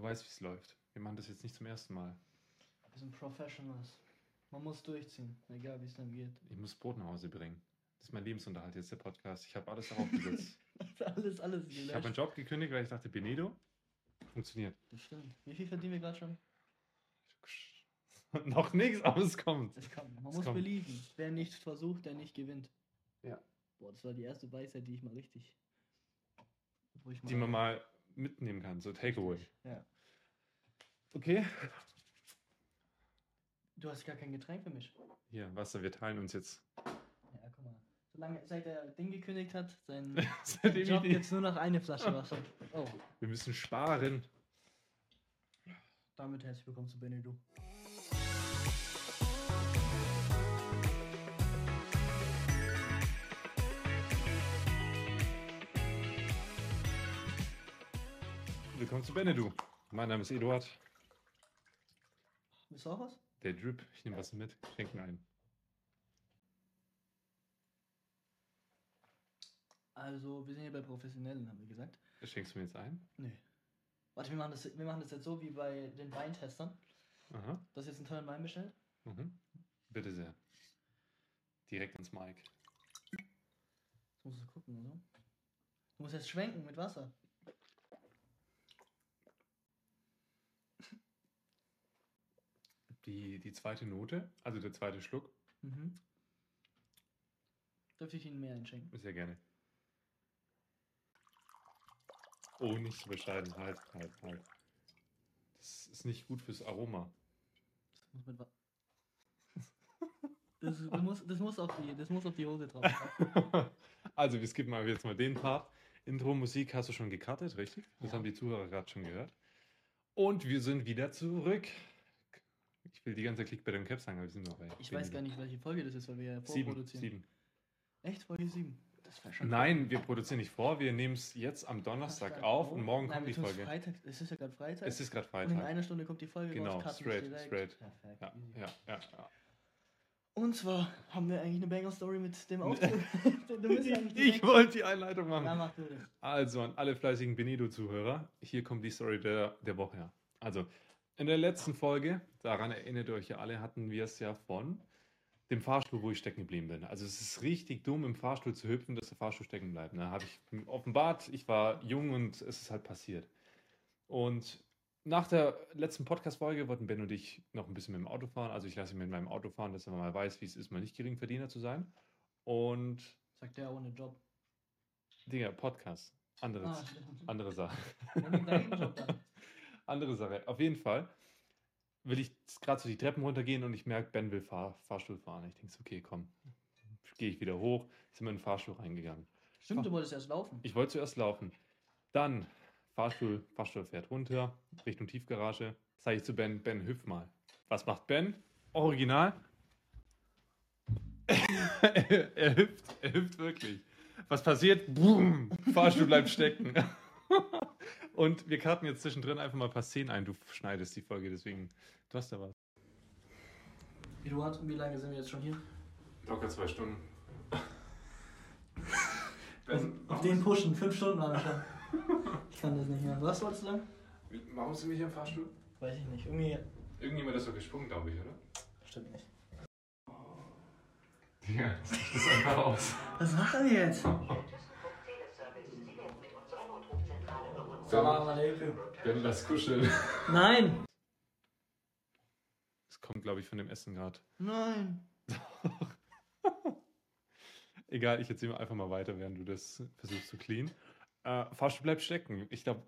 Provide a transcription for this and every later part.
weißt, wie es läuft. Wir machen das jetzt nicht zum ersten Mal. Wir sind Professionals. Man muss durchziehen, egal wie es dann geht. Ich muss Brot nach Hause bringen. Das ist mein Lebensunterhalt jetzt, der Podcast. Ich habe alles darauf gesetzt. alles, alles ich habe meinen gelöscht. Job gekündigt, weil ich dachte, Benedo, funktioniert. Das stimmt. Wie viel verdienen wir gerade schon? Noch nichts, aber es kommt. Es kommt. Man Es muss kommt. belieben. Wer nicht versucht, der nicht gewinnt. Ja. Boah, das war die erste Weisheit, die ich mal richtig. Wo ich Die man mal mitnehmen kann, so Takeaway. Ja. Okay. Du hast gar kein Getränk für mich. Hier, Wasser, wir teilen uns jetzt. Ja, guck mal. Solange, seit der Ding gekündigt hat, sein Seitdem ich Job die- jetzt nur noch eine Flasche Wasser. Oh, wir müssen sparen. damit herzlich willkommen zu Benedu. Willkommen zu Benedu. Mein Name ist Eduard. Willst du auch was? Der Drip, ich nehme was mit, schenken ein. Also, wir sind hier bei Professionellen, haben wir gesagt. Schenkst du mir jetzt ein? Nee. Warte, wir machen das, wir machen das jetzt so wie bei den Weintestern. Aha. Du hast jetzt einen tollen Wein bestellt. Mhm. Bitte sehr. Direkt ans Mic. Jetzt musst du gucken, oder? Du musst jetzt schwenken mit Wasser. Die, die zweite Note, also der zweite Schluck, Mhm. Darf ich Ihnen mehr einschenken? sehr gerne. Oh, nicht so bescheiden. Halt, halt, halt. Das ist nicht gut fürs Aroma. Das muss mit Wa- das, das, muss, das, muss auf die, das muss auf die Hose drauf. also, wir skippen mal jetzt mal den Part. Intro-Musik hast du schon gecuttet, richtig? Das Ja. haben die Zuhörer gerade schon gehört. Und wir sind wieder zurück. Ich will die ganze Zeit Klick bei dem Cap sagen, aber wir sind noch bei. Ich weiß gar nicht, welche Folge das ist, weil wir ja Sieben, vorproduzieren. sieben. Echt? Folge 7? Das war schon. Nein, wir produzieren nicht vor. Wir nehmen es jetzt am Donnerstag auf und morgen Nein, kommt die wir tun's Folge. Freitag, es ist ja gerade Freitag. Es ist gerade Und in Freitag. einer Stunde kommt die Folge Genau, raus. cutten straight, es direkt. straight. Perfekt. Ja, easy. ja, ja, ja. Und zwar haben wir eigentlich eine Banger-Story mit dem Aufzug. du bist ja nicht Ich direkt- wollte die Einleitung Ja, machen. mach du das. Also an alle fleißigen Benedo-Zuhörer, hier kommt die Story der, der Woche. Also in der letzten Folge, daran erinnert ihr euch ja alle, hatten wir es ja von dem Fahrstuhl, wo ich stecken geblieben bin. Also es ist richtig dumm, im Fahrstuhl zu hüpfen, dass der Fahrstuhl stecken bleibt. Da habe ich offenbart, ich war jung und es ist halt passiert. Und nach der letzten Podcast-Folge wollten Ben und ich noch ein bisschen mit dem Auto fahren. Also ich lasse ihn mit meinem Auto fahren, dass er mal weiß, wie es ist, mal nicht Geringverdiener zu sein. Und Sagt der ohne Job. Digga, Podcast. Anderes. Ah, stimmt. Andere Sache. Dann- dann geht's doch dann. Andere Sache. Auf jeden Fall will ich gerade so die Treppen runtergehen und ich merke, Ben will Fahr Fahrstuhl fahren. Ich denke, so, okay, komm, gehe ich wieder hoch. Sind wir in den Fahrstuhl reingegangen. Stimmt, du wolltest erst laufen. Ich wollte zuerst laufen. Dann Fahrstuhl, Fahrstuhl fährt runter, Richtung Tiefgarage. Sage ich zu Ben, Ben, hüpf mal. Was macht Ben? Original. er hüpft, er hüpft wirklich. Was passiert? Boom! Fahrstuhl bleibt stecken. Und wir karten jetzt zwischendrin einfach mal ein paar Szenen ein. Du schneidest die Folge, deswegen. Du hast da was. Eduard, wie lange sind wir jetzt schon hier? Locker zwei Stunden. Also, Auf den pushen, fünf Stunden haben wir schon. Ich kann das nicht mehr. Was wolltest du lang? warum sind wir hier im Fahrstuhl? Weiß ich nicht. Irgendwie. Irgendjemand ist doch gesprungen, glaube ich, oder? Stimmt nicht. Ja, das ist einfach aus. Was macht er jetzt? Ben, lass kuscheln. Nein! Das kommt, glaube ich, von dem Essen gerade. Nein! Egal, ich erzähle einfach mal weiter, während du das versuchst zu clean. Äh, Fahrstuhl bleibt stecken. Ich glaube,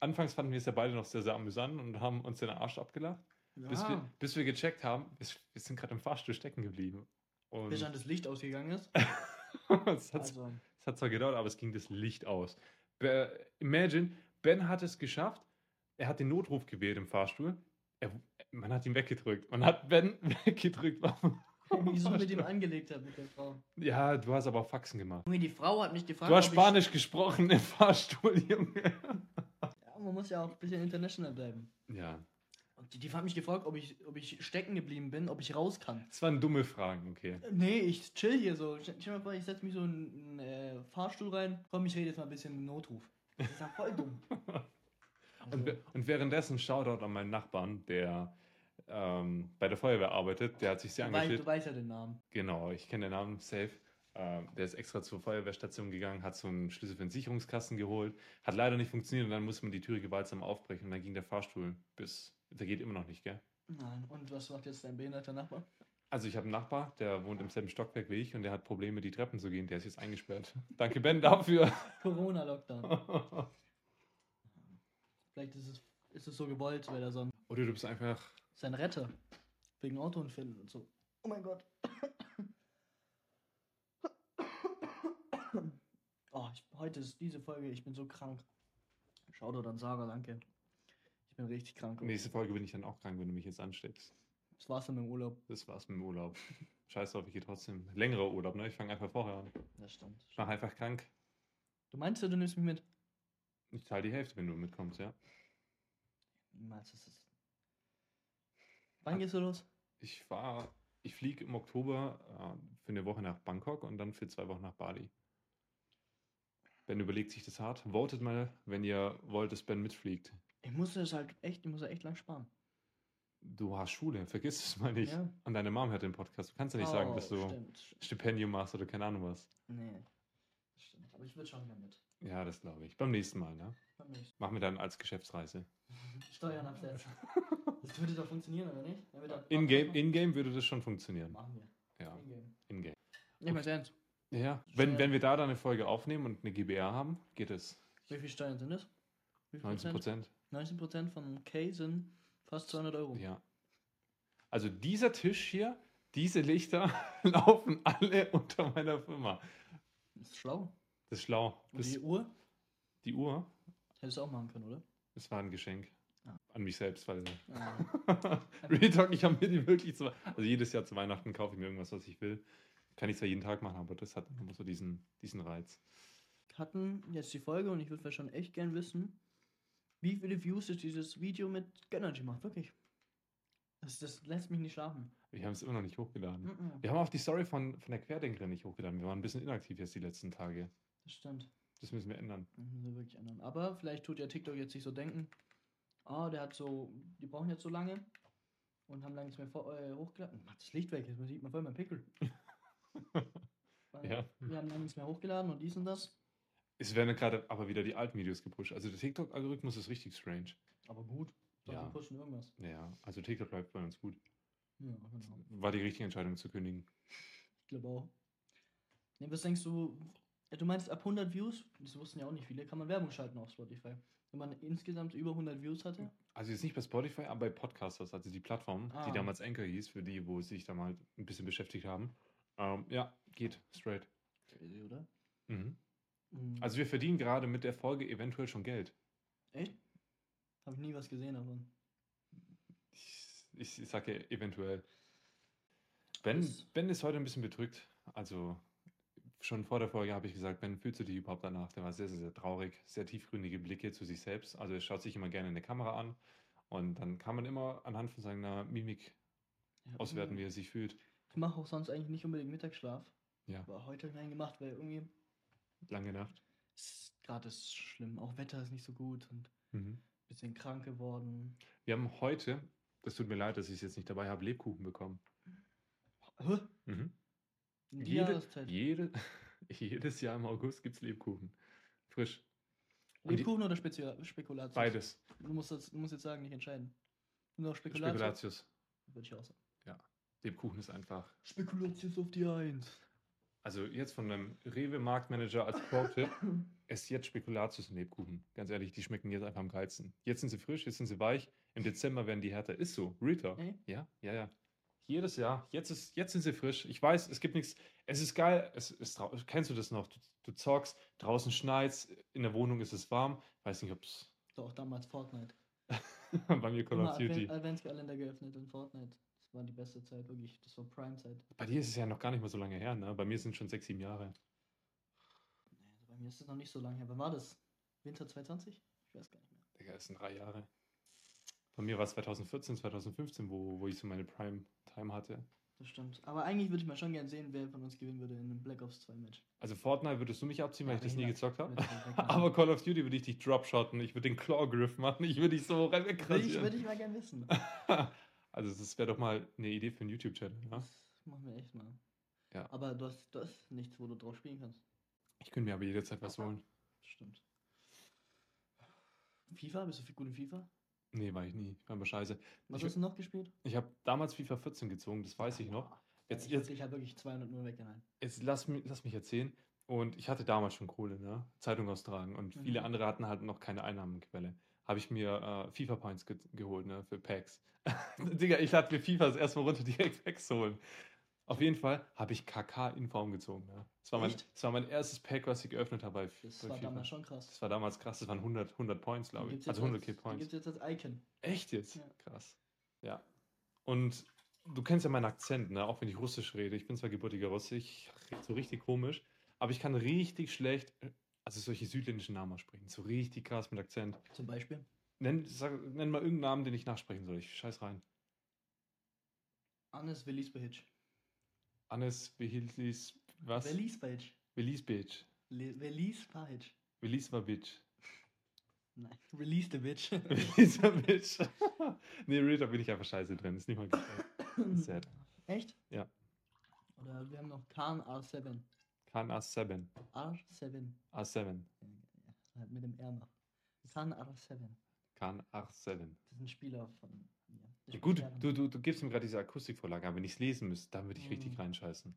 anfangs fanden wir es ja beide noch sehr, sehr amüsant und haben uns den Arsch abgelacht. Bis, wir, bis wir gecheckt haben, wir, wir sind gerade im Fahrstuhl stecken geblieben. Und Bis dann das Licht ausgegangen ist. es, hat, Also, es hat zwar gedauert, aber es ging das Licht aus. Be Imagine, Ben hat es geschafft. Er hat den Notruf gewählt im Fahrstuhl. Er, man hat ihn weggedrückt. Man hat Ben weggedrückt. wie ich es mit ihm angelegt habe mit der Frau. ja, du hast aber auch Faxen gemacht. Junge, die Frau hat mich gefragt. Du hast ob Spanisch gesprochen im Fahrstuhl, Junge. Ich, ja, man muss ja auch ein bisschen international bleiben. Ja, Und die, die hat mich gefragt, ob ich, ob ich stecken geblieben bin, ob ich raus kann. es waren dumme Fragen, okay. Nee, ich chill hier so. Stell stell mal vor, ich setze mich so in einen äh, Fahrstuhl rein. Komm, ich rede jetzt mal ein bisschen im Notruf. Das ist ja voll dumm. Und, we- und währenddessen Shoutout an meinen Nachbarn, der ähm, bei der Feuerwehr arbeitet. Der hat sich sehr Du weißt, du engagiert. weißt ja den Namen. Genau, ich kenne den Namen safe. Ähm, der ist extra zur Feuerwehrstation gegangen, hat so einen Schlüssel für den Sicherungskasten geholt. Hat leider nicht funktioniert und dann musste man die Türe gewaltsam aufbrechen. Und dann ging der Fahrstuhl bis. Der geht immer noch nicht, gell? Nein. Und was macht jetzt dein behinderter Nachbar? Also ich habe einen Nachbar, der wohnt im selben Stockwerk wie ich und der hat Probleme, die Treppen zu gehen. Der ist jetzt eingesperrt. Danke Ben dafür. Corona-Lockdown. Vielleicht ist es, ist es so gewollt, weil er so ein, Oder du bist einfach. sein Retter. Wegen Autounfällen und so. Oh mein Gott. Oh, ich, heute ist diese Folge, ich bin so krank. Shoutout an Sarah, danke. Ich bin richtig krank. Nächste Folge bin ich dann auch krank, wenn du mich jetzt ansteckst. Das war's dann mit dem Urlaub. Das war's mit dem Urlaub. Scheiß drauf, ich gehe trotzdem. Längerer Urlaub, ne? Ich fange einfach vorher an. Das stimmt. Ich mach einfach krank. Du meinst ja, du nimmst mich mit? Ich teile die Hälfte, wenn du mitkommst, ja? Niemals ist es. Wann gehst du los? Ich war. Ich fliege im Oktober äh, für eine Woche nach Bangkok und dann für zwei Wochen nach Bali. Ben überlegt sich das hart. Votet mal, wenn ihr wollt, dass Ben mitfliegt. Ich muss das halt echt, ich muss ja echt lang sparen. Du hast Schule, vergiss es mal nicht. Ja. Und deine Mom hört den Podcast. Du kannst ja nicht sagen, dass du Oh, Stimmt, stimmt. Stipendium machst oder keine Ahnung was. Nee. Das stimmt. Aber ich würde schon wieder mit. Ja, das glaube ich. Beim nächsten Mal, ne? Beim nächsten Machen wir dann als Geschäftsreise. Mal. Steuern absetzen. Das würde doch funktionieren, oder nicht? Wenn wir da- In-game in -game würde das schon funktionieren. Machen wir. Ja, In-game. in-game. Nicht mal ernst. Ja, Ja, wenn, Schnell. wenn wir da dann eine Folge aufnehmen und eine GBR haben, geht es. Wie viel Steuern sind das? Wie viel 19 Prozent. 19 Prozent von K sind fast 200 Euro. Ja. Also dieser Tisch hier, diese Lichter laufen alle unter meiner Firma. Das ist schlau. Das ist schlau. Und Das, die Uhr die Uhr, hättest du auch machen können, oder? das war ein Geschenk. Ah. An mich selbst, weil Ah, Real Talk, ich habe mir die wirklich zu. Also jedes Jahr zu Weihnachten kaufe ich mir irgendwas, was ich will. Kann ich zwar jeden Tag machen, aber das hat immer so diesen, diesen Reiz. hatten jetzt die Folge und ich würde schon echt gern wissen, wie viele Views jetzt dieses Video mit Gönnergy macht. Wirklich. Das, das lässt mich nicht schlafen. Wir haben es immer noch nicht hochgeladen. Mhm. Wir haben auch die Story von, von der Querdenkerin nicht hochgeladen. Wir waren ein bisschen inaktiv jetzt die letzten Tage. Das stimmt. Das müssen wir ändern. Das müssen wir wirklich ändern. Aber vielleicht tut ja TikTok jetzt nicht so denken, ah, der hat so, die brauchen jetzt so lange und haben lange nichts mehr vor, äh, hochgeladen. Mach das Licht weg, jetzt sieht man voll meinen Pickel. Weil Ja. Wir haben lange nichts mehr hochgeladen und dies und das. Es werden gerade aber wieder die alten Videos gepusht. Also der TikTok-Algorithmus ist richtig strange. Aber gut, doch, Ja. wir pushen irgendwas. Ja, also TikTok bleibt bei uns gut. Ja, genau. War die richtige Entscheidung zu kündigen. Ich glaube auch. Nee, was denkst du, ja, du meinst ab 100 Views, das wussten ja auch nicht viele, kann man Werbung schalten auf Spotify. Wenn man insgesamt über 100 Views hatte, Also jetzt nicht bei Spotify, aber bei Podcasters, also die Plattform, Ah. die damals Anchor hieß, für die, wo sie sich da mal ein bisschen beschäftigt haben. Ähm, ja, geht straight. crazy, oder? Mhm. Mhm. Also wir verdienen gerade mit der Folge eventuell schon Geld. Echt? Habe ich nie was gesehen davon. Ich, ich, ich sage ja eventuell. Ben, Alles- ben ist heute ein bisschen bedrückt. Also schon vor der Folge habe ich gesagt, Ben, fühlst du dich überhaupt danach? Der war sehr, sehr, sehr traurig, sehr tiefgründige Blicke zu sich selbst. Also er schaut sich immer gerne in der Kamera an. Und dann kann man immer anhand von seiner Mimik Ja, auswerten, mhm. wie er sich fühlt. Ich mache auch sonst eigentlich nicht unbedingt Mittagsschlaf. Ja. Aber heute habe ich einen gemacht, weil irgendwie Lange Nacht. ist gerade ist schlimm. Auch Wetter ist nicht so gut und ein Mhm. bisschen krank geworden. Wir haben heute, das tut mir leid, dass ich es jetzt nicht dabei habe, Lebkuchen bekommen. Hä? Mhm. In die Jede, Jahreszeit. jede, jedes Jahr im August gibt es Lebkuchen. Frisch. und die- Lebkuchen Oh, oder Spezia- Spekulatius? Beides. Du musst, das, du musst jetzt sagen, nicht entscheiden. Nur noch Spekulatius. Spekulatius. Würde ich auch sagen. Lebkuchen ist einfach. Spekulatius auf die Eins. Also jetzt von einem Rewe-Marktmanager als Pro-Tipp, esst jetzt Spekulatius und Lebkuchen. Ganz ehrlich, die schmecken jetzt einfach am geilsten. Jetzt sind sie frisch, jetzt sind sie weich. Im Dezember werden die härter. Ist so. Rita. Ey? Ja, ja, ja. Jedes Jahr. Jetzt, ist, jetzt sind sie frisch. Ich weiß, es gibt nichts. Es ist geil. Es ist, drau- kennst du das noch? Du, du zockst, draußen schneit in der Wohnung ist es warm. Weiß nicht, ob es So auch damals Fortnite. bei mir Call Immer of Duty. Advent, Adventskalender geöffnet und Fortnite. Das war die beste Zeit, wirklich. Das war Prime-Zeit. Bei dir ist es ja noch gar nicht mal so lange her, ne? Bei mir sind schon sechs, sieben Jahre. Nee, also bei mir ist das noch nicht so lange her. Wann war das? Winter 2020? Ich weiß gar nicht mehr. Digga, das sind drei Jahre. Bei mir war es 2014, 2015, wo, wo ich so meine Prime-Time hatte. Das stimmt. Aber eigentlich würde ich mal schon gern sehen, wer von uns gewinnen würde in einem Black Ops 2 Match. Also Fortnite würdest du mich abziehen, weil Ja, ich das wenn nie das- gezockt habe. Würde ich mal wegmachen. Aber Call of Duty würde ich dich dropshotten, ich würde den Clawgriff machen, ich würde dich so würde ich, wegrasieren. würde ich mal gern wissen. Also das wäre doch mal eine Idee für einen YouTube-Channel. ne? Ja? Das machen wir echt mal. Ja. Aber du hast, du hast nichts, wo du drauf spielen kannst. Ich könnte mir aber jederzeit was holen. Das stimmt. FIFA? Bist du viel gut in FIFA? Nee, war ich nie. War immer scheiße. Was Ich- hast du noch gespielt? Ich habe damals FIFA 14 gezogen, das weiß ich noch. Jetzt- Jetzt, ich jetzt- jetzt. Ich habe wirklich 200 nur weggehalten. Jetzt lass, mi- lass mich erzählen. Und ich hatte damals schon Kohle, ne? Zeitung austragen. Und viele Mhm. andere hatten halt noch keine Einnahmenquelle. Habe ich mir äh, FIFA Points ge geholt, ne? Für Packs. Digga, ich lade mir FIFA das erstmal runter, direkt Packs holen. Auf jeden Fall habe ich KK in Form gezogen. Ne? Das, war mein, Echt? das war mein erstes Pack, was ich geöffnet habe bei, F- Das bei war damals FIFA. schon krass. Das war damals krass, das waren 100, 100 Points, Die glaube gibt's ich. jetzt Also 100 als- K Die Points. gibt es jetzt als Icon. Echt jetzt? Ja. Krass. Ja. Und du kennst ja meinen Akzent, ne? Auch wenn ich Russisch rede. Ich bin zwar gebürtiger Russe, ich rede so richtig komisch, aber ich kann richtig schlecht, äh, also solche südländischen Namen aussprechen. So richtig krass mit Akzent. Zum Beispiel. Nenn, sag, nenn mal irgendeinen Namen, den ich nachsprechen soll. Ich scheiß rein. Annes Velisbehic. Anis Behildis, was? Velisbehic. Velisbic. Le- Velisbehic. Velisbabic. Nein. Release the bitch. Velisbabic. nee, real, da bin ich einfach scheiße drin. Ist nicht mal geil. Sad. Echt? Ja. Oder wir haben noch Khan R7. Khan A7. R7. A7. Halt mit dem R noch. Khan R7. Khan A7. Das ist ein Spieler von mir. Der Ja, spielt gut, gerne. du, du, du gibst ihm gerade diese Akustikvorlage, aber wenn ich es lesen müsste, dann würde ich richtig Mhm. reinscheißen.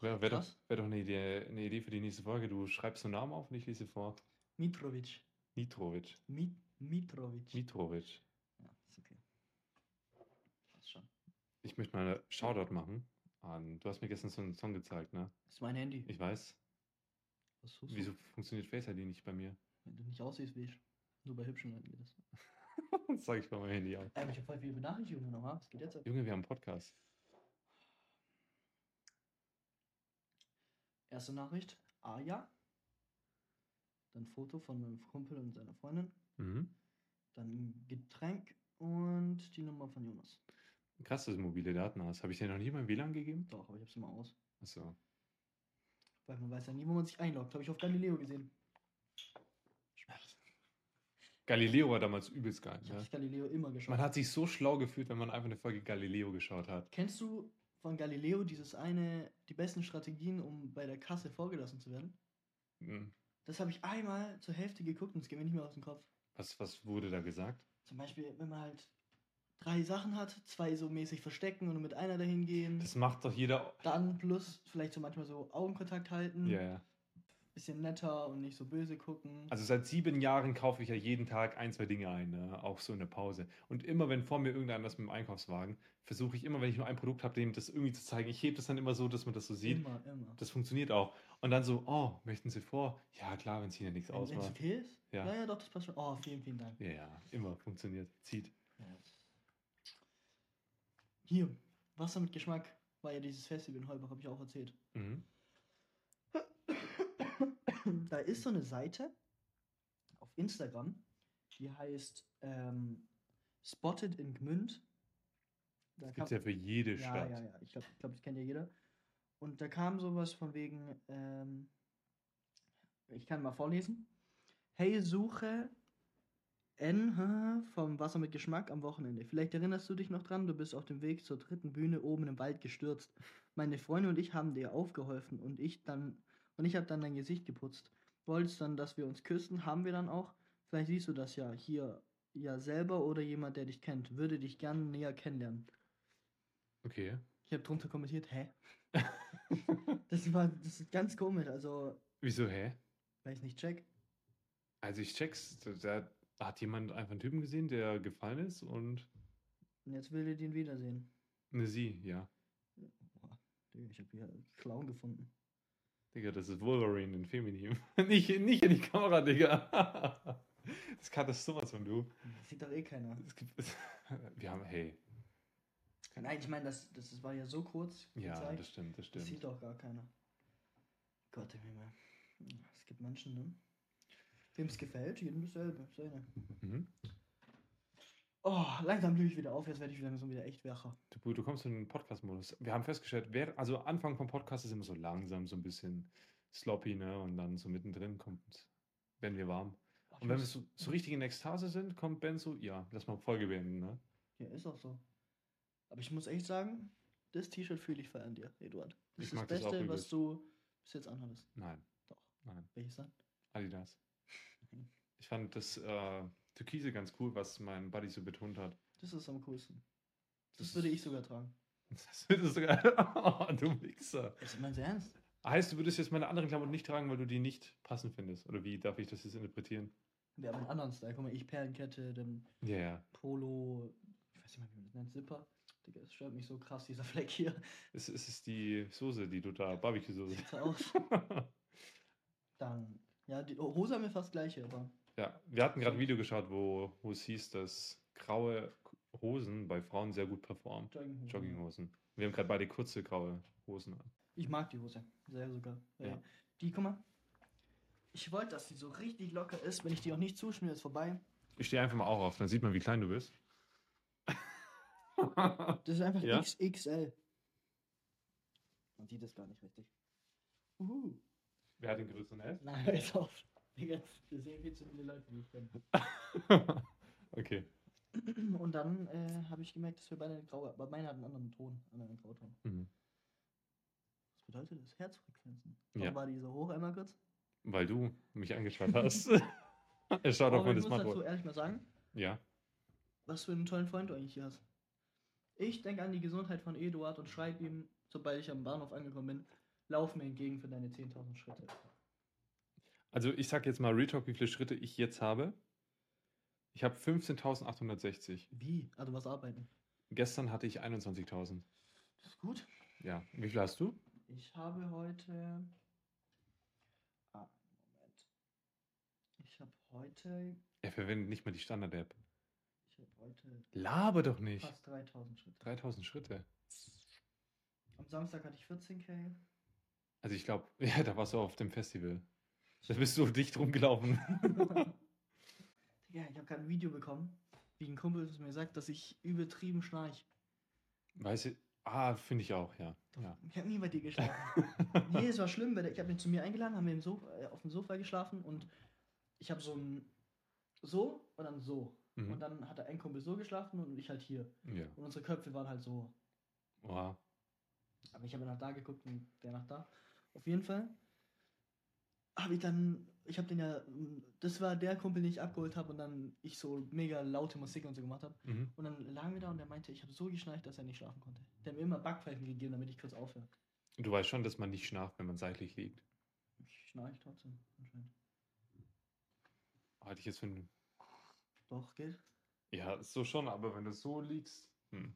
Wäre wär doch, Krass. wär doch eine, Idee, eine Idee für die nächste Folge. Du schreibst einen Namen auf und ich lese vor. Mitrovic. Nitrovic. Mi Mitrovic. Mitrovic. ja, ist okay. Passt schon. Ich möchte mal einen Shoutout machen. An, du hast mir gestern so einen Song gezeigt, ne? Ist mein Handy. Ich weiß. Was suchst Wieso funktioniert Face ID nicht bei mir? Wenn du nicht aussiehst wie ich. Nur bei hübschen Leuten geht das. Das zeige ich bei meinem Handy an. Ähm, ich habe voll viele Benachrichtigungen noch, ha? Was geht jetzt ab? Junge, wir haben einen Podcast. Erste Nachricht, Aja. Dann Foto von meinem Kumpel und seiner Freundin. Mhm. Dann ein Getränk und die Nummer von Jonas. Krass, dass du mobile Daten hast. Habe ich dir noch nie mein WLAN gegeben? Doch, aber ich hab's immer aus. Achso. Weil man weiß ja nie, wo man sich einloggt. Habe ich auf Galileo gesehen. Galileo war damals übelst geil, Ich habe ne? das Galileo immer geschaut. Man hat sich so schlau gefühlt, wenn man einfach eine Folge Galileo geschaut hat. Kennst du von Galileo dieses eine, die besten Strategien, um bei der Kasse vorgelassen zu werden? Mhm. Das habe ich einmal zur Hälfte geguckt und es geht mir nicht mehr aus dem Kopf. Was, was wurde da gesagt? Zum Beispiel, wenn man halt drei Sachen hat, zwei so mäßig verstecken und mit einer dahin gehen. Das macht doch jeder. Dann plus vielleicht so manchmal so Augenkontakt halten, Ja, ja. bisschen netter und nicht so böse gucken. Also seit sieben Jahren kaufe ich ja jeden Tag ein, zwei Dinge ein, ne? auch so in der Pause. Und immer wenn vor mir irgendeiner ist mit dem Einkaufswagen, versuche ich immer, wenn ich nur ein Produkt habe, dem das irgendwie zu zeigen. Ich hebe das dann immer so, dass man das so sieht. immer, immer. Das funktioniert auch. Und dann so, oh, möchten Sie vor? Ja, klar, wenn es Ihnen nichts Wenn es ausmacht. okay ist? Ja. ja, doch, das passt schon. Oh, vielen, vielen Dank. Ja, ja, immer funktioniert. Zieht. Hier, Wasser mit Geschmack war ja dieses Festival in Heubach, habe ich auch erzählt. Mhm. da ist so eine Seite auf Instagram, die heißt ähm, Spotted in Gmünd. Da Das kann- gibt es ja für jede ja, Stadt. ja, ja. Ich glaube, ich glaub, das kennt ja jeder. Und da kam sowas von wegen, ähm, ich kann mal vorlesen. Hey, suche N vom Wasser mit Geschmack am Wochenende. Vielleicht erinnerst du dich noch dran, du bist auf dem Weg zur dritten Bühne oben im Wald gestürzt. Meine Freunde und ich haben dir aufgeholfen und ich dann und ich habe dann dein Gesicht geputzt. Wolltest dann, dass wir uns küssen, haben wir dann auch. Vielleicht siehst du das ja hier ja selber oder jemand, der dich kennt. Würde dich gerne näher kennenlernen. Okay. Ich habe drunter kommentiert, hä? das war das ist ganz komisch, also Wieso, hä? weil ich nicht check. Also ich check's. Da, da hat jemand einfach einen Typen gesehen, der gefallen ist und Und jetzt will er den wiedersehen. eine Sie, ja. Boah, Digga, ich habe hier einen Clown gefunden. Digga, das ist Wolverine in Feminin. nicht, nicht in die Kamera, Digga. das kann das sowas von du. Das sieht doch eh keiner. Es gibt, wir haben, hey. Nein, ich meine, das, das, das war ja so kurz Ja, gezeigt, das stimmt, das das sieht stimmt. doch gar keiner. Gott im Himmel. Es gibt Menschen, ne? Wem es gefällt, jedem dasselbe. Seine. Mhm. Oh, langsam blühe ich wieder auf, jetzt werde ich wieder langsam wieder echt wacher. Du, du kommst in den Podcast-Modus. Wir haben festgestellt, wer, also Anfang vom Podcast ist immer so langsam, so ein bisschen sloppy, ne? Und dann so mittendrin kommt, werden wir warm. Ach, Und wenn wir das- so, so richtig in Ekstase sind, kommt Ben so, ja, lass mal Folge werden, ne? Ja, ist auch so. Aber ich muss echt sagen, das T-Shirt fühle ich voll an dir, Eduard. Ich Das ist das mag das auch Beste, was übelst. du bis jetzt anhattest. Nein. Doch. Nein. Welches dann? Adidas. Nein. Ich fand das äh, Türkise ganz cool, was mein Buddy so betont hat. Das ist am coolsten. Das Das würde ist- ich sogar tragen. Das ist sogar. Oh, du Wichser. Ist mein Ernst? Heißt, du würdest jetzt meine anderen Klamotten nicht tragen, weil du die nicht passend findest? Oder wie darf ich das jetzt interpretieren? Wir haben einen anderen Style. Guck mal, ich Perlenkette, dann Ja, ja. Polo, ich weiß nicht mal, wie man das nennt, Zipper. Digga, es stört mich so krass, dieser Fleck hier. Es, es ist die Soße, die du da, Barbecue-Soße. Sieht so aus. Dann, ja, die oh, Hose haben wir fast gleiche, aber ja, wir hatten gerade ein Video geschaut, wo, wo es hieß, dass graue Hosen bei Frauen sehr gut performen. Jogginghose. Jogginghosen. Wir haben gerade beide kurze graue Hosen an. Ich mag die Hose. Sehr sogar. Weil Ja. Die, guck mal. Ich wollte, dass die so richtig locker ist. Wenn ich die auch nicht zuschnüre, ist vorbei. Ich stehe einfach mal auch auf, dann sieht man, wie klein du bist. Das ist einfach Ja. XXL. Man sieht das gar nicht richtig. Uhu. Wer hat den größeren Hals? Nein, hör jetzt auf. Digga, wir sehen viel zu viele Leute, die ich kenne. okay. Und dann äh, habe ich gemerkt, dass wir beide eine graue, aber meine hat einen anderen Ton, einen anderen Grauton. Mhm. Was bedeutet das? Herzfrequenzen. Ja. Warum war die so hoch einmal kurz? Weil du mich angeschaut hast. es schaut auf Aber meine ich Oh, muss dazu Smartphone. ehrlich mal sagen, Ja. was für einen tollen Freund du eigentlich hier hast. Ich denke an die Gesundheit von Eduard und schreibe ihm, sobald ich am Bahnhof angekommen bin, lauf mir entgegen für deine 10.000 Schritte. Also ich sag jetzt mal Retalk, wie viele Schritte ich jetzt habe. Ich habe 15.860. Wie? Also was arbeiten? Gestern hatte ich 21.000. Das ist gut. Ja. Wie viel hast du? Ich habe heute. Ah, Moment. Ich habe heute. Er verwendet nicht mal die Standard-App. Ich habe heute Laber doch nicht. fast 3000 Schritte. 3.000 Schritte. Am Samstag hatte ich 14k. Also ich glaube, ja, da warst du auf dem Festival. Da bist du dicht rumgelaufen. Digga, ich habe gerade ein Video bekommen, wie ein Kumpel es mir sagt, dass ich übertrieben schnarch. Weißt du? Ah, finde ich auch, ja. ja. Ich habe nie bei dir geschlafen. nee, es war schlimm, weil der- ich habe ihn zu mir eingeladen, haben wir im Sof äh, auf dem Sofa geschlafen und ich habe so ein so und dann so. Und Mhm. dann hat der ein Kumpel so geschlafen und ich halt hier. Ja. Und unsere Köpfe waren halt so. Wow. Aber ich habe nach da geguckt und der nach da. Auf jeden Fall habe ich dann, ich habe den ja, das war der Kumpel, den ich abgeholt habe und dann ich so mega laute Musik und so gemacht habe. Mhm. Und dann lagen wir da und er meinte, ich habe so geschnarcht, dass er nicht schlafen konnte. Der hat mir immer Backpfeifen gegeben, damit ich kurz aufhöre. Du weißt schon, dass man nicht schnarcht, wenn man seitlich liegt. Ich schnarche trotzdem anscheinend. Halte ich jetzt für ein. Doch, geht. Ja, so schon, aber wenn du so liegst. Hm.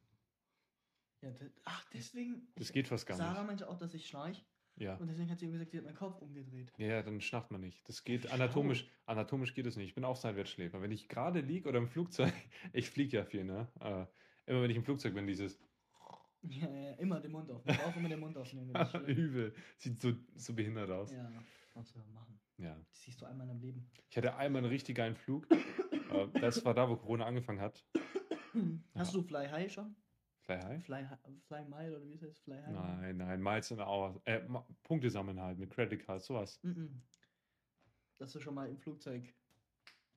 Ja, de- ach, deswegen. Das geht fast gar Sarah nicht. meinte auch, dass ich schnarche. Ja. Und deswegen hat sie eben gesagt, sie hat meinen Kopf umgedreht. Ja, ja, dann schnarcht man nicht. Das geht Schau. anatomisch. Anatomisch geht es nicht. Ich bin auch Seitwärtsschläfer. Wenn ich gerade lieg oder im Flugzeug, ich fliege ja viel, ne? Äh, immer wenn ich im Flugzeug bin, dieses Ja, ja, ja, immer den Mund aufnehmen. Auch immer den Mund aufnehmen. wenn ich schlafe. übel. Sieht so, so behindert aus. Ja. ja, was wir machen. Das siehst du einmal im Leben. Ich hatte einmal einen richtig geilen Flug. äh, das war da, wo Corona angefangen hat. Hast du Fly High schon? Fly High? Fly, Hi- Fly Mile oder wie es heißt? Fly High? Nein, nein, Miles an Hour. Äh, Ma- Punkte sammeln halt mit Credit Card, sowas. Mhm. Dass du schon mal im Flugzeug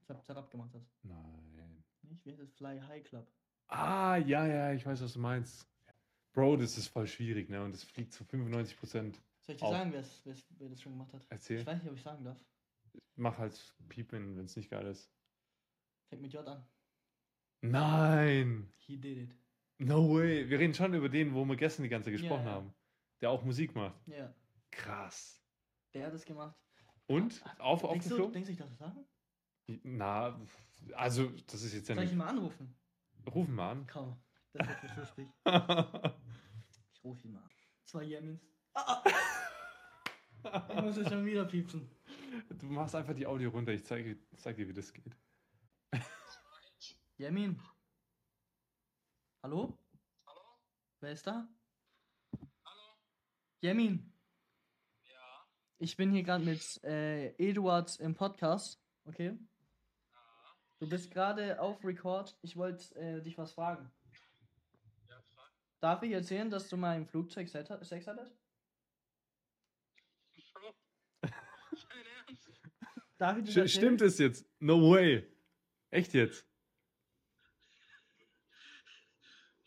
zap zap gemacht hast. Nein. Nicht? Wie heißt das? Fly High Club. Ah, ja, ja, ich weiß, was du meinst. Bro, das ist voll schwierig, ne? Und das fliegt zu 95 Prozent. Soll ich dir Auch. sagen, wer's, wer's, wer das schon gemacht hat? Erzähl. Ich weiß nicht, ob ich sagen darf. Mach halt Piepen, wenn es nicht geil ist. Fängt mit J an. Nein! He did it. No way! Wir reden schon über den, wo wir gestern die ganze Zeit Ja, gesprochen ja. haben. Der auch Musik macht. Ja, Krass. der hat es gemacht. Und? Auf, auf dem Ah, denkst, du, Klo? denkst du, ich darf das sagen? Na, also, das ist jetzt ja Soll ich nicht. ihn mal anrufen? Rufen wir an. Komm, das wird jetzt lustig. Ich rufe ihn mal an. Zwei Jemmins. Ah, ah, ich muss es schon wieder piepsen. du machst einfach die Audio runter. Ich zeige zeig dir, wie das geht. Jemin. Hallo? Hallo? Wer ist da? Hallo? Jemin. Ja. Ich bin hier gerade mit äh, Eduard im Podcast. Okay. ja. Du bist gerade auf Record. Ich wollte äh, dich was fragen. Ja, frag. Darf ich erzählen, dass du mal im Flugzeug Sex hat- Sex hattest? Bro. Dein Ernst? Darf ich das Sch- erzählen? Stimmt es jetzt? No way. Echt jetzt?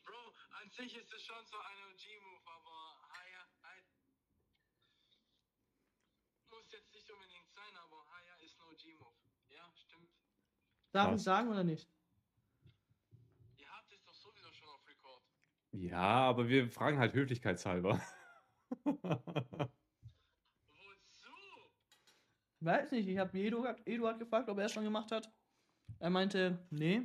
Bro, an sich ist es schon so ein OG-Move, aber Haya, Haya. Muss jetzt nicht unbedingt sein, aber Haya ist ein OG-Move. Ja, stimmt. Darf ich Was? sagen oder nicht? Ihr habt es doch sowieso schon auf Record. Ja, aber wir fragen halt höflichkeitshalber. Wozu? Weiß nicht. Ich habe Eduard, Eduard gefragt, ob er es schon gemacht hat. Er meinte, nee.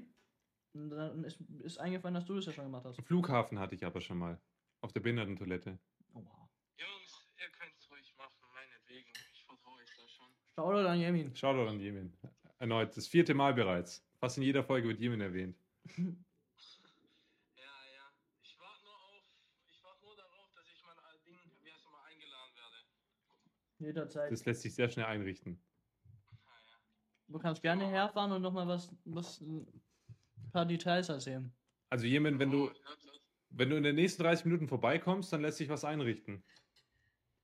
Und dann ist, ist eingefallen, dass du das ja schon gemacht hast. Im Flughafen hatte ich aber schon mal. Auf der Behindertentoilette. Oha. Jungs, ihr könnt's ruhig machen, meinetwegen. Ich vertraue euch da schon. Shoutout an Yemin. Shoutout an Jemen. Erneut, das vierte Mal bereits. Fast in jeder Folge wird Jemen erwähnt. Ja, ja. Ich warte nur auf. Ich warte nur darauf, dass ich mein äh, Ding, wie heißt mal, eingeladen werde. Jederzeit. Das lässt sich sehr schnell einrichten. Ah, ja. Du kannst gerne herfahren und nochmal was, was, ein paar Details erzählen. Also Jemen, wenn Bro, du, ich hab Oh, das- wenn du in den nächsten 30 Minuten vorbeikommst, dann lässt sich was einrichten.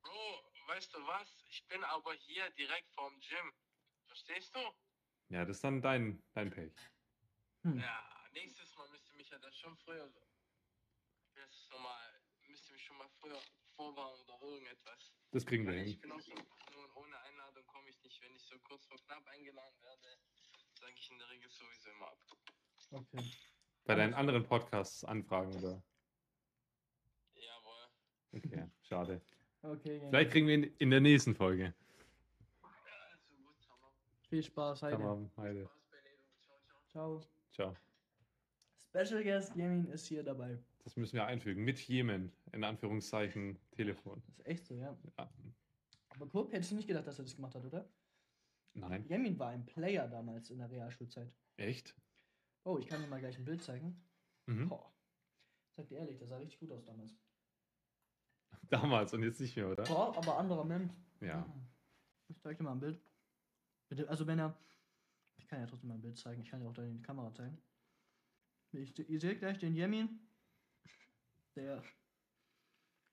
Bro, weißt du was? Ich bin aber hier direkt vorm Gym. Verstehst du? Ja, das ist dann dein, dein Pech. Hm. Ja, nächstes Mal müsst ihr mich ja dann schon früher. Das ist normal. Müsst ihr mich schon mal früher vorwarnen oder irgendetwas. Das kriegen wir Weil Ich hin. bin auch so, nur ohne Einladung komme ich nicht. Wenn ich so kurz vor knapp eingeladen werde, sage ich in der Regel sowieso immer ab. Okay. Bei deinen anderen Podcasts anfragen oder. Jawohl. Okay, schade. Okay, Yemin. Vielleicht kriegen wir ihn in der nächsten Folge. Also gut, Hammer. viel Spaß. Heide. Tamam, Heide. Spaß, Benedum. Ciao, ciao. Ciao. Ciao. Special Guest Yemin ist hier dabei. Das müssen wir einfügen. Mit Jemen, in Anführungszeichen, Telefon. Das ist echt so, ja. Ja. Aber Kurp hättest du nicht gedacht, dass er das gemacht hat, oder? Nein. Yemin war ein Player damals in der Realschulzeit. Echt? Oh, ich kann dir mal gleich ein Bild zeigen. Mhm. Boah. Ich Sag dir ehrlich, der sah richtig gut aus damals. Damals und jetzt nicht mehr, oder? Boah, aber anderer Mensch. Ja. Ich zeig dir mal ein Bild. Bitte, also wenn er. Ich kann ja trotzdem mal ein Bild zeigen. Ich kann ja auch deine Kamera zeigen. Ich, ihr seht gleich den Yemin. Der.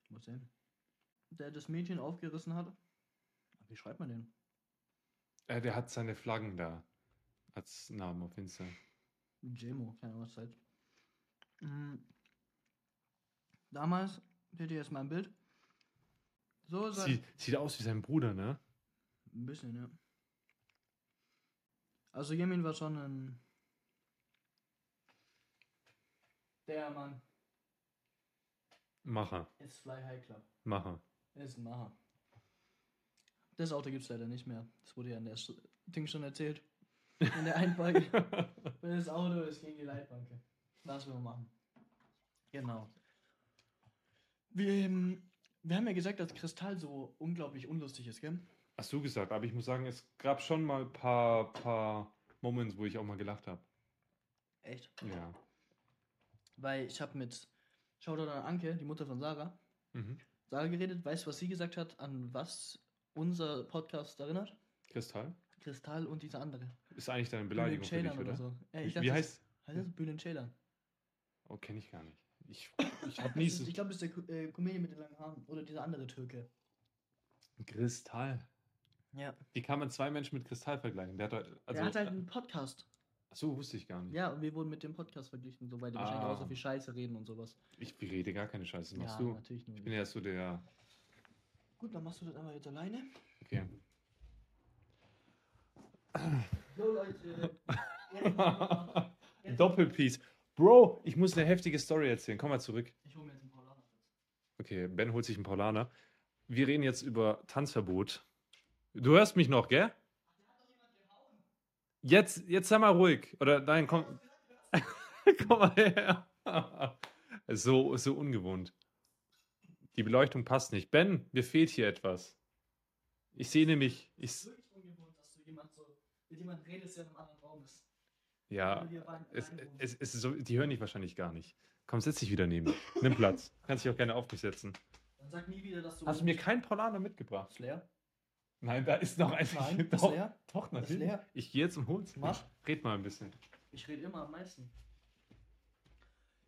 Ich muss sehen. Der das Mädchen aufgerissen hat. Wie schreibt man den? Äh, der hat seine Flaggen da als Namen auf Insta. Jemo, keine Ahnung, was halt. Mm. Damals, seht ihr jetzt mal ein Bild. So sah Sie, sieht aus wie sein Bruder, ne? Ein bisschen, ja. Also Yemin war schon ein. Der Mann Macher, ist Fly High Club. Macher. Ist ein Macher. Das Auto gibt's leider nicht mehr. Das wurde ja in der Sch- Ding schon erzählt. In der Einfolge. Wenn das Auto ist gegen die Leitplanke. Das will man machen. Genau. Wir, ähm, wir haben ja gesagt, dass Kristall so unglaublich unlustig ist, gell? Hast du gesagt, aber ich muss sagen, es gab schon mal ein paar, paar Moments, wo ich auch mal gelacht habe. Echt? Ja. Weil ich habe mit Shoutout an Anke, die Mutter von Sarah, Mhm. Sarah geredet. Weißt du, was sie gesagt hat, an was unser Podcast erinnert? Kristall? Kristall und diese andere. Ist eigentlich deine Beleidigung für dich, Ceylan oder? so. Äh, ich Wie, dachte, wie das- heißt... Heißt das Bülent Ceylan? Oh, kenne ich gar nicht. Ich, ich habe nie Das so... ist- Ich glaube, das ist der Ko- äh, Comedian mit den langen Haaren. Oder dieser andere Türke. Kristall. Ja. Wie kann man zwei Menschen mit Kristall vergleichen? Der hat doch- also, der hat halt einen Podcast. Ach so wusste ich gar nicht. Ja, und wir wurden mit dem Podcast verglichen, so weil die wahrscheinlich Ah. auch so viel Scheiße reden und sowas. Ich rede gar keine Scheiße. ja, Machst du? natürlich nur. Ich bin ja so der. Gut, dann machst du das einmal jetzt alleine. Okay. So, Leute. Jetzt- jetzt- Doppelpiece. Bro, ich muss eine heftige Story erzählen. Komm mal zurück. Ich hole mir jetzt einen Paulaner. Okay, Ben holt sich einen Paulaner. Wir reden jetzt über Tanzverbot. Du hörst mich noch, gell? Jetzt, jetzt sei mal ruhig. Oder nein, komm. komm mal her. so, so ungewohnt. Die Beleuchtung passt nicht. Ben, mir fehlt hier etwas. Ich sehe nämlich. Ich, Es s- ist wirklich ungewohnt, dass du jemand so mit jemandem redest, der in einem anderen Raum ist. ja, Oder wir beide Es, allein wohnen. es, es ist so, die hören dich wahrscheinlich gar nicht. Komm, setz dich wieder neben mich. Nimm Platz. Kannst dich auch gerne auf mich setzen. Dann sag nie wieder, dass du. Hast du mir keinen Paulaner mitgebracht? Ist leer? Nein, da ist noch ein. Nein, ist doch, leer? doch, Ist natürlich. leer? Ich gehe jetzt und hol's. Mach. Red mal ein bisschen. Ich rede immer am meisten.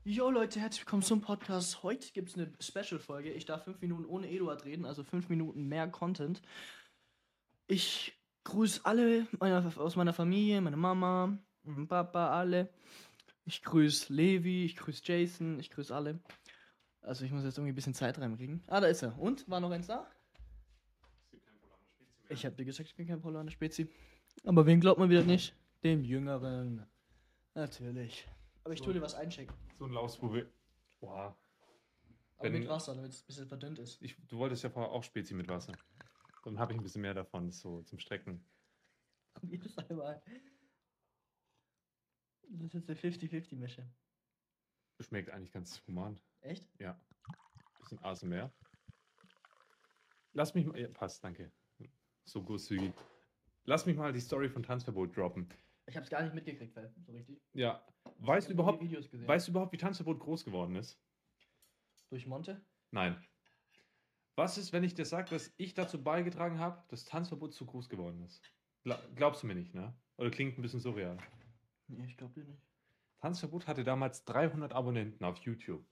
Jo Leute, herzlich willkommen zum Podcast. Heute gibt es eine Special-Folge. Ich darf fünf Minuten ohne Eduard reden, also fünf Minuten mehr Content. Ich grüße alle meiner, aus meiner Familie, meine Mama, meinen Papa, alle. Ich grüße Levi, ich grüße Jason, ich grüße alle. Also ich muss jetzt irgendwie ein bisschen Zeit reinkriegen. Ah, da ist er. Und? War noch eins da? Ich hab dir gesagt, ich bin kein Polaner Spezi. Aber wen glaubt man wieder nicht? Dem Jüngeren. Natürlich. Aber ich So. tue dir was einchecken. So ein Lausbube. Boah. Wenn- Aber mit Wasser, damit es ein bisschen verdünnt ist. Ich, du wolltest ja vorher auch Spezi mit Wasser. Dann habe ich ein bisschen mehr davon, so zum Strecken. Probier es einmal. Das ist jetzt eine 50-50-Mische. Schmeckt eigentlich ganz human. Echt? Bisschen ASMR. Lass mich mal. Ja, passt, danke. So großzügig. Lass mich mal die Story von Tanzverbot droppen. Ich hab's gar nicht mitgekriegt, weil so richtig. Ja. Ich hab Weißt du nur die überhaupt, Videos gesehen. weißt du überhaupt, wie Tanzverbot groß geworden ist? Durch Monte? Nein. Was ist, wenn ich dir sage, dass ich dazu beigetragen habe, dass Tanzverbot zu groß geworden ist? Gla- Glaubst du mir nicht, ne? Oder klingt ein bisschen surreal. Nee, ich glaub dir nicht. Tanzverbot hatte damals 300 Abonnenten auf YouTube.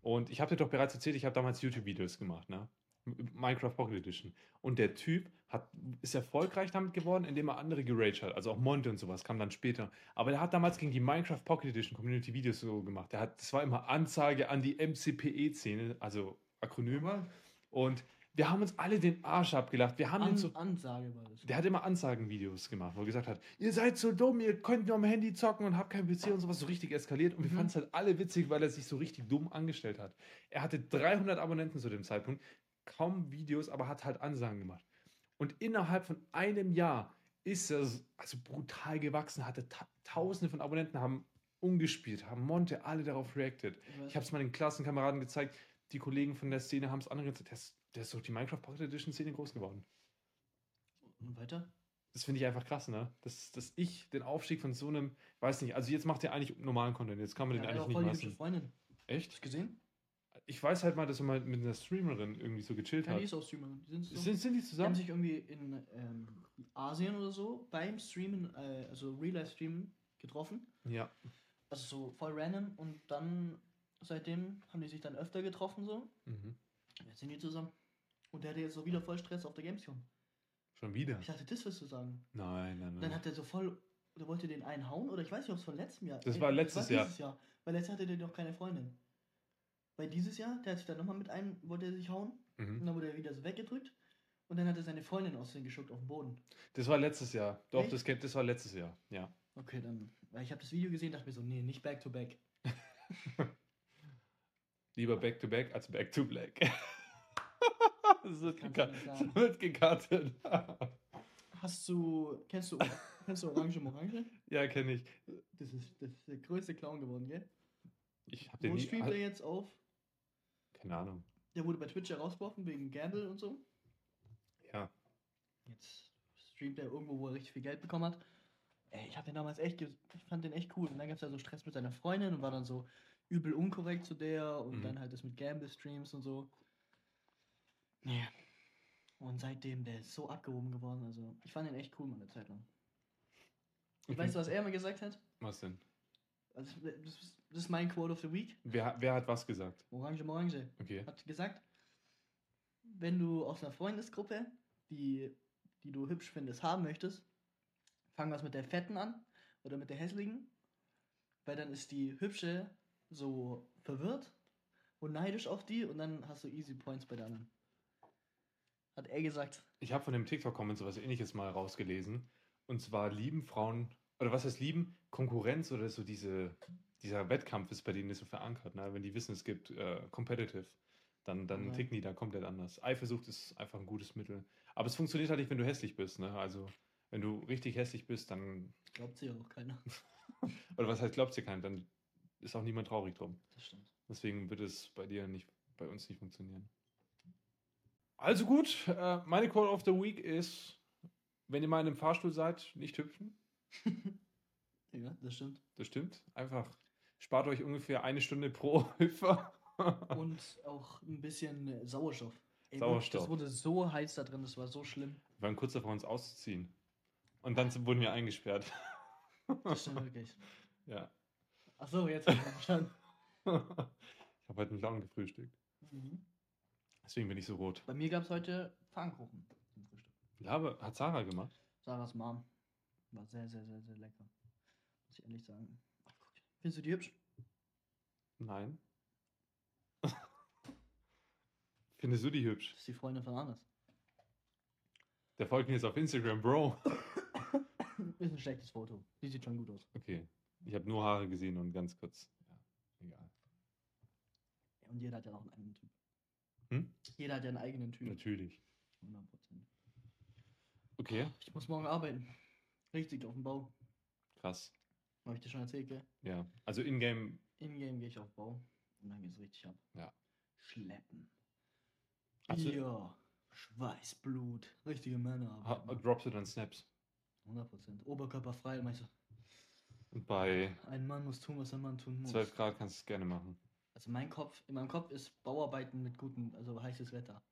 Und ich habe dir doch bereits erzählt, ich habe damals YouTube-Videos gemacht, ne? M- Minecraft Pocket Edition. Und der Typ hat, ist erfolgreich damit geworden, indem er andere geraged hat. Also auch Monte und sowas kam dann später. Aber der hat damals gegen die Minecraft Pocket Edition Community Videos so gemacht. Der hat, das war immer Anzeige an die MCPE-Szene, also Akronym. Und wir haben uns alle den Arsch abgelacht. Wir haben An den so. Ansage war das. Der hat immer Ansagenvideos gemacht, wo er gesagt hat, ihr seid so dumm, ihr könnt nur am Handy zocken und habt kein PC und sowas, so richtig eskaliert. Und wir Mhm. fanden es halt alle witzig, weil er sich so richtig dumm angestellt hat. Er hatte 300 Abonnenten zu dem Zeitpunkt, kaum Videos, aber hat halt Ansagen gemacht. Und innerhalb von einem Jahr ist er s- also brutal gewachsen, hatte ta tausende von Abonnenten, haben umgespielt, haben Monte alle darauf reacted. Ich habe es meinen Klassenkameraden gezeigt, die Kollegen von der Szene haben es angezeigt. Der ist, der ist durch die Minecraft Pocket Edition Szene groß geworden. Und weiter? Das finde ich einfach krass, ne? Dass, dass ich den Aufstieg von so einem, weiß nicht, also jetzt macht er eigentlich normalen Content, jetzt kann man Ja, den der hat eigentlich auch nicht voll die mehr hübsche sehen. Freundin. Hast Echt? du gesehen? Ich weiß halt mal, dass er mal mit einer Streamerin irgendwie so gechillt Ja, hat. die ist auch Streamerin. Die sind so. Sind, sind die Die haben zusammen? sich irgendwie in ähm, Asien oder so beim Streamen, äh, also Real-Life-Streamen getroffen. Ja. Also so voll random. Und dann, seitdem haben die sich dann öfter getroffen so. Mhm. Jetzt sind die zusammen. Und der hatte jetzt so wieder voll Stress auf der Gamescom. Schon wieder. Ich dachte, das wirst du sagen. Nein, nein, Dann nein. hat er so voll, oder wollte den einen hauen? Oder ich weiß nicht, ob es von letztem Jahr. Das war äh, letztes Jahr. dieses Jahr. Weil letztes Jahr hatte der noch keine Freundin. Weil dieses Jahr, der hat sich dann nochmal mit einem, wollte er sich hauen. Und Mhm. dann wurde er wieder so weggedrückt. Und dann hat er seine Freundin aus dem geschuckt auf den Boden. Das war letztes Jahr. Doch, Echt? das, kennt- das war letztes Jahr. Ja. Okay, dann. Weil ich habe das Video gesehen, dachte mir so, nee, nicht back to back. Lieber Back to Back als Back to Black. das wird Kannst du gekartet. Das nicht sagen. wird gekartet. Hast du. Kennst du, kennst du Orange Morange? ja, kenne ich. Das ist, das ist der größte Clown geworden, gell? Ich habe den Wo nie. streamt er jetzt auf? Keine Ahnung. Der wurde bei Twitch herausgeworfen wegen Gamble und so. Ja. Jetzt streamt er irgendwo, wo er richtig viel Geld bekommen hat. Ey, ich hab den damals echt, ge- ich fand den echt cool. Und dann gab's ja so Stress mit seiner Freundin und war dann so übel unkorrekt zu der und Mhm. dann halt das mit Gamble-Streams und so. Nee. Und seitdem, der ist so abgehoben geworden. Also, ich fand den echt cool mal eine Zeit lang. Und weißt du, was er immer gesagt hat? was denn? Also, das, ist, das ist mein Quote of the Week. Wer, hat- wer hat was gesagt? Orange, Orange. Okay. Hat gesagt, wenn du aus einer Freundesgruppe, die, die du hübsch findest, haben möchtest, fang was mit der fetten an oder mit der hässlichen, weil dann ist die hübsche so verwirrt und neidisch auf die und dann hast du easy Points bei der anderen. Hat er gesagt. ich habe von dem TikTok-Comment sowas ähnliches mal rausgelesen. Und zwar lieben Frauen, oder was heißt lieben? Konkurrenz oder so diese, dieser Wettkampf ist bei denen nicht so verankert. Ne? Wenn die wissen, es gibt äh, Competitive, dann, dann Ja. ticken die da komplett anders. Eifersucht ist einfach ein gutes Mittel. Aber es funktioniert halt nicht, wenn du hässlich bist. Ne? Also, wenn du richtig hässlich bist, dann, Glaubt sie auch keiner. oder was heißt, glaubt dir keiner, dann ist auch niemand traurig drum. Das stimmt. Deswegen wird es bei dir nicht, bei uns nicht funktionieren. Also gut, äh, meine Call of the Week ist, wenn ihr mal in einem Fahrstuhl seid, nicht hüpfen. Ja, das stimmt. Das stimmt. Einfach spart euch ungefähr eine Stunde pro Hüpfer. Und auch ein bisschen Sauerstoff. Ey, Sauerstoff. Das wurde so heiß da drin, das war so schlimm. Wir waren kurz davor, uns auszuziehen. Und dann wurden wir eingesperrt. Das stimmt wirklich. Ja. Achso, jetzt habe ich verstanden. ich habe heute einen Clown gefrühstückt. Mhm. Deswegen bin ich so rot. Bei mir gab es heute Pfannkuchen zum Frühstück. Ja, aber hat Sarah gemacht. Sarahs Mom. War sehr, sehr, sehr, sehr lecker. Muss ich ehrlich sagen. Ach, guck. Findest du die hübsch? Nein. Findest du die hübsch? Das ist die Freundin von Anders. Der folgt mir jetzt auf Instagram, Bro. Ist ein schlechtes Foto. Die sieht schon gut aus. Okay. Ich habe nur Haare gesehen und ganz kurz. Ja, egal. Ja, Und jeder hat ja auch einen eigenen Typ. Hm? Jeder hat ja einen eigenen Typ. Natürlich. 100%. Okay, Ich muss morgen arbeiten. Richtig auf dem Bau. krass. Habe ich dir schon erzählt, gell? Ja. Also in-game, In-game gehe ich auf Bau. Und dann geht's richtig ab. Ja. Schleppen. Hast du- ja. Schweiß, Blut. Richtige Männer. ha- arbeiten. droppst du dann Snaps. 100%. Oberkörper frei. Meinst du, Und bei ein Mann muss tun, was ein Mann tun muss. 12 Grad kannst du es gerne machen. Also mein Kopf, in meinem Kopf ist Bauarbeiten mit gutem, also heißes Wetter.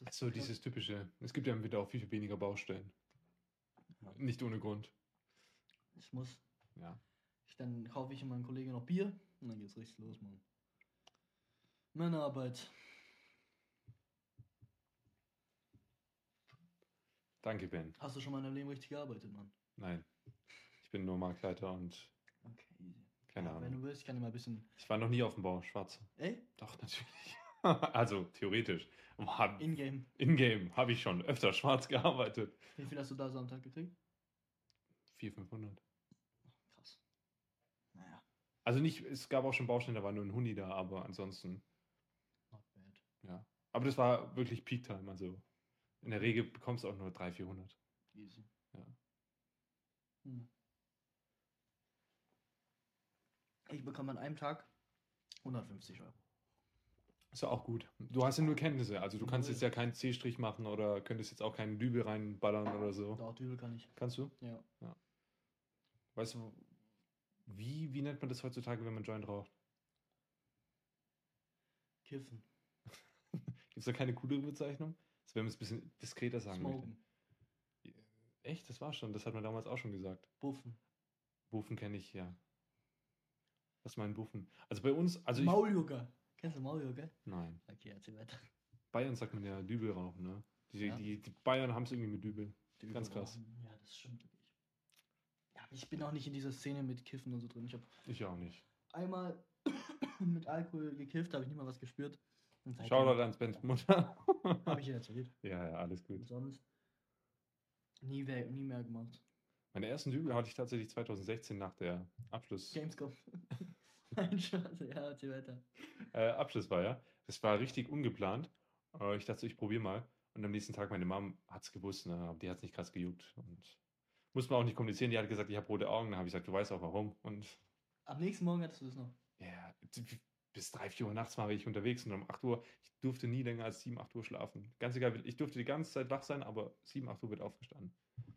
Das ist Achso, krass. dieses typische. Es gibt ja im Winter auch viel, viel weniger Baustellen. Ja. Nicht ohne Grund. Ich muss. Ja. Ich, dann kaufe ich und mein Kollege noch Bier und dann geht's richtig los, Mann. Männerarbeit. Danke, Ben. Hast du schon mal in deinem Leben richtig gearbeitet, Mann? Nein. Ich bin nur Marktleiter und Okay, easy. keine Wenn du Ahnung. willst, ich kann dir mal ein bisschen. Ich war noch nie auf dem Bau, schwarz. Ey, Doch, natürlich. also, theoretisch. War- in-game. In-game habe ich schon öfter schwarz gearbeitet. Wie viel hast du da so am Tag gekriegt? 400, 500. Krass. Naja, Also nicht, es gab auch schon Baustellen, da war nur ein Huni da, aber ansonsten, not bad. ja. Aber das war wirklich Peak-Time, also in der Regel bekommst du auch nur 300, 400. Easy. Ja. Hm. Ich bekomme an einem Tag 150 Euro. Ist ja auch gut. Du hast ja nur Kenntnisse, also du kannst Null. jetzt ja keinen C-Strich machen oder könntest jetzt auch keinen Dübel reinballern oder so. Doch, Dübel kann ich. Kannst du? Ja. Weißt du, wie, wie nennt man das heutzutage, wenn man Joint raucht? Kiffen. Gibt es da keine coole Bezeichnung? Das wenn man es ein bisschen diskreter sagen möchte. Smoken. Echt, das war schon, das hat man damals auch schon gesagt. Buffen. Also Buffen kenne ich, ja. Was meinen Buffen? Also bei uns, also ich. Mauljucker. Kennst du Mauljucker? Nein. Okay, erzähl weiter. Bayern sagt man ja Dübel rauchen, ne? Die, Ja. die, die Bayern haben es irgendwie mit Dübel. Die Ganz Übung krass. machen. Ja, das stimmt wirklich. Ja, ich bin auch nicht in dieser Szene mit Kiffen und so drin. Ich habe Ich auch nicht. einmal mit Alkohol gekifft, habe ich nie mal was gespürt. Und seitdem Shoutout ans Bens Mutter. Habe ich ja erzählt. ja, ja, alles gut. Und sonst nie, wer- nie mehr gemacht. Meine ersten Dübel hatte ich tatsächlich 2016 nach der Abschluss, Gamescom. Nein, Scheiße, ja, erzähl weiter. äh, Abschlussfeier. Das war richtig ungeplant. Äh, ich dachte, so, ich probiere mal. Und am nächsten Tag, meine Mom hat es gewusst, ne? aber die hat es nicht krass gejuckt. Und muss man auch nicht kommunizieren. Die hat gesagt, ich habe rote Augen. Dann habe ich gesagt, du weißt auch warum. Und Am nächsten Morgen hattest du das noch. Ja, d- d- bis drei, vier Uhr nachts war ich unterwegs und um 8 Uhr, ich durfte nie länger als 7, 8 Uhr schlafen. Ganz egal, wie- ich durfte die ganze Zeit wach sein, aber 7, 8 Uhr wird aufgestanden.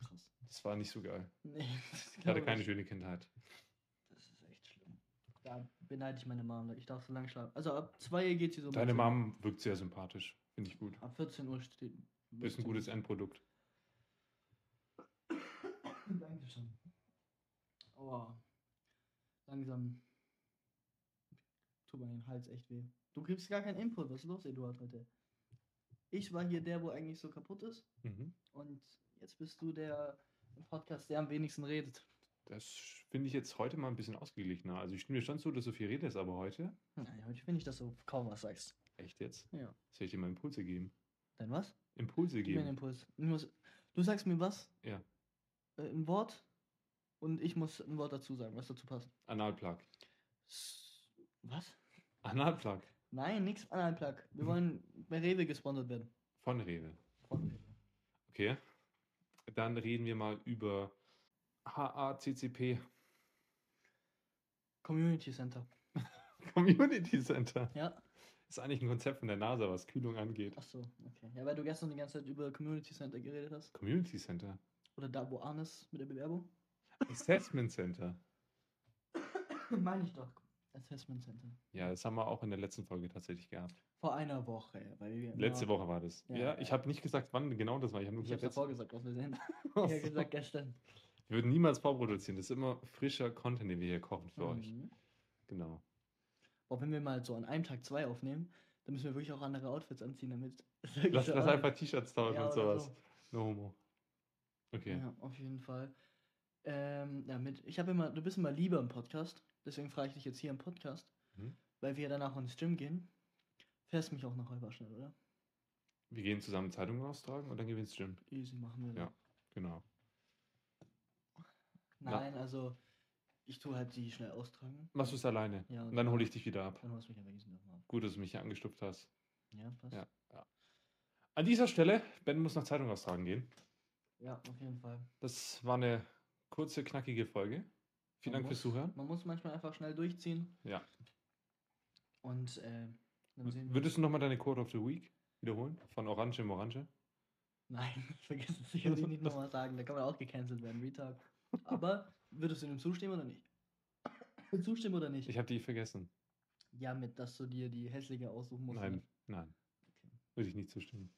Krass. Das war nicht so geil. Nee, das Ich hatte glaub keine schöne Kindheit. Das ist echt schlimm. Da beneide ich meine Mom. Ich darf so lange schlafen. Also ab 2 Uhr geht sie so. um Deine 14 Uhr. Mom wirkt sehr sympathisch. Finde ich gut. Ab 14 Uhr steht. Ist ein gutes Endprodukt. Dankeschön. Aua. Langsam. Tut mir den Hals echt weh. Du gibst gar keinen Input. Was ist los, Eduard, heute? Ich war hier der, wo eigentlich so kaputt ist. Mhm. Und jetzt bist du der im Podcast, der am wenigsten redet. Das finde ich jetzt heute mal ein bisschen ausgeglichener. Also ich stimme dir schon zu, dass du viel redest, aber heute, Nein, heute finde ich, dass du kaum was sagst. echt jetzt, Ja. soll ich dir mal Impulse geben? Dann was? Impulse Gib mir einen geben. Impuls. Ich muss, du sagst mir was? Ja. Äh, ein Wort. Und ich muss ein Wort dazu sagen, was dazu passt. Analplug. S- Was? Analplug Nein, nix Analplug. Wir wollen bei Rewe gesponsert werden. von Rewe. Von Rewe. Okay. Dann reden wir mal über HACCP, Community Center. Community Center. Ja. Ist eigentlich ein Konzept von der NASA, was Kühlung angeht. Ach so, okay. Ja, weil du gestern die ganze Zeit über Community Center geredet hast. Community Center. Oder da, wo Arnes mit der Bewerbung. Assessment Center. Meine ich doch. Assessment Center. Ja, das haben wir auch in der letzten Folge tatsächlich gehabt. Vor einer Woche. Weil wir Letzte Woche war das. Genau. Ja, Ja, ja, ich ja. habe nicht gesagt, wann genau das war. Ich habe nur Ich hab's gesagt, davor gesagt, was wir sehen. Ich letzte- hab gesagt gestern. Wir Wir würden niemals vorproduzieren. Das ist immer frischer Content, den wir hier kochen für euch. Mhm. Genau. Boah, wenn wir mal so an einem Tag zwei aufnehmen, dann müssen wir wirklich auch andere Outfits anziehen, damit. Lass, ah, lass einfach T-Shirts tauschen Ja, und oder sowas. No homo. Okay. Ja, auf jeden Fall. Ähm, damit, ich habe immer, du bist immer lieber im Podcast, deswegen frage ich dich jetzt hier im Podcast, Mhm. weil wir danach ins Gym gehen. Fährst mich auch nach Halberstadt, oder? Wir gehen zusammen Zeitungen austragen und dann gehen wir ins Gym. Easy machen wir. Ja. Genau. na. Nein, also ich tue halt die schnell austragen. Machst du es alleine. Ja, Und dann genau. hole ich dich wieder ab. Dann holst du mich aber diesen nochmal ab. Gut, dass du mich hier angestupft hast. Ja, passt. Ja. An dieser Stelle, Ben muss noch Zeitung austragen gehen. ja, auf jeden Fall. Das war eine kurze, knackige Folge. Vielen Man Dank fürs muss- Zuhören. Man muss manchmal einfach schnell durchziehen. Ja. Und äh, dann sehen wir. Würdest du nochmal deine Quote of the Week wiederholen? Von Orange im Orange? Nein, vergiss es sicherlich nicht nochmal sagen. Da kann man auch gecancelt werden, Retag. Aber würdest du dem zustimmen oder nicht? Zustimmen oder nicht? Ich habe die vergessen. ja, mit, dass du dir die hässliche aussuchen musst. Nein, ne? nein. Würde ich nicht zustimmen.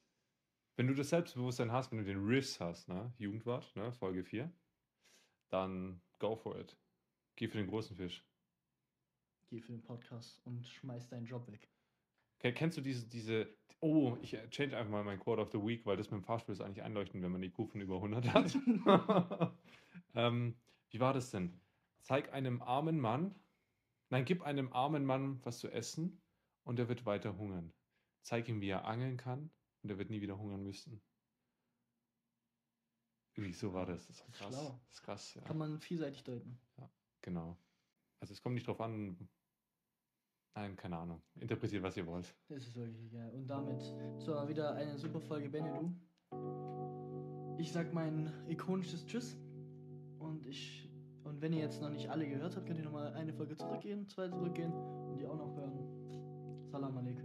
Wenn du das Selbstbewusstsein hast, wenn du den Riss hast, ne? Jugendwart, ne? Folge 4, dann go for it. Geh für den großen Fisch. Geh für den Podcast und schmeiß deinen Job weg. Ke- Kennst du diese, diese, oh, ich äh, change einfach mal mein Quote of the Week, weil das mit dem Fahrstuhl ist eigentlich einleuchtend, wenn man die Kufen über 100 hat. ähm, wie war das denn? Zeig einem armen Mann, nein, gib einem armen Mann was zu essen und er wird weiter hungern. Zeig ihm, wie er angeln kann und er wird nie wieder hungern müssen. Irgendwie so war das. Das ist krass. Schlau. Das ist krass, ja. Kann man vielseitig deuten. Genau. Also es kommt nicht drauf an. Nein, keine Ahnung. Interpretiert, was ihr wollt. Das ist wirklich egal. Und damit zwar wieder eine super Folge, Benedu. Ich sag mein ikonisches Tschüss. Und ich. Und wenn ihr jetzt noch nicht alle gehört habt, könnt ihr nochmal eine Folge zurückgehen, zwei zurückgehen und die auch noch hören. Salam alaikum.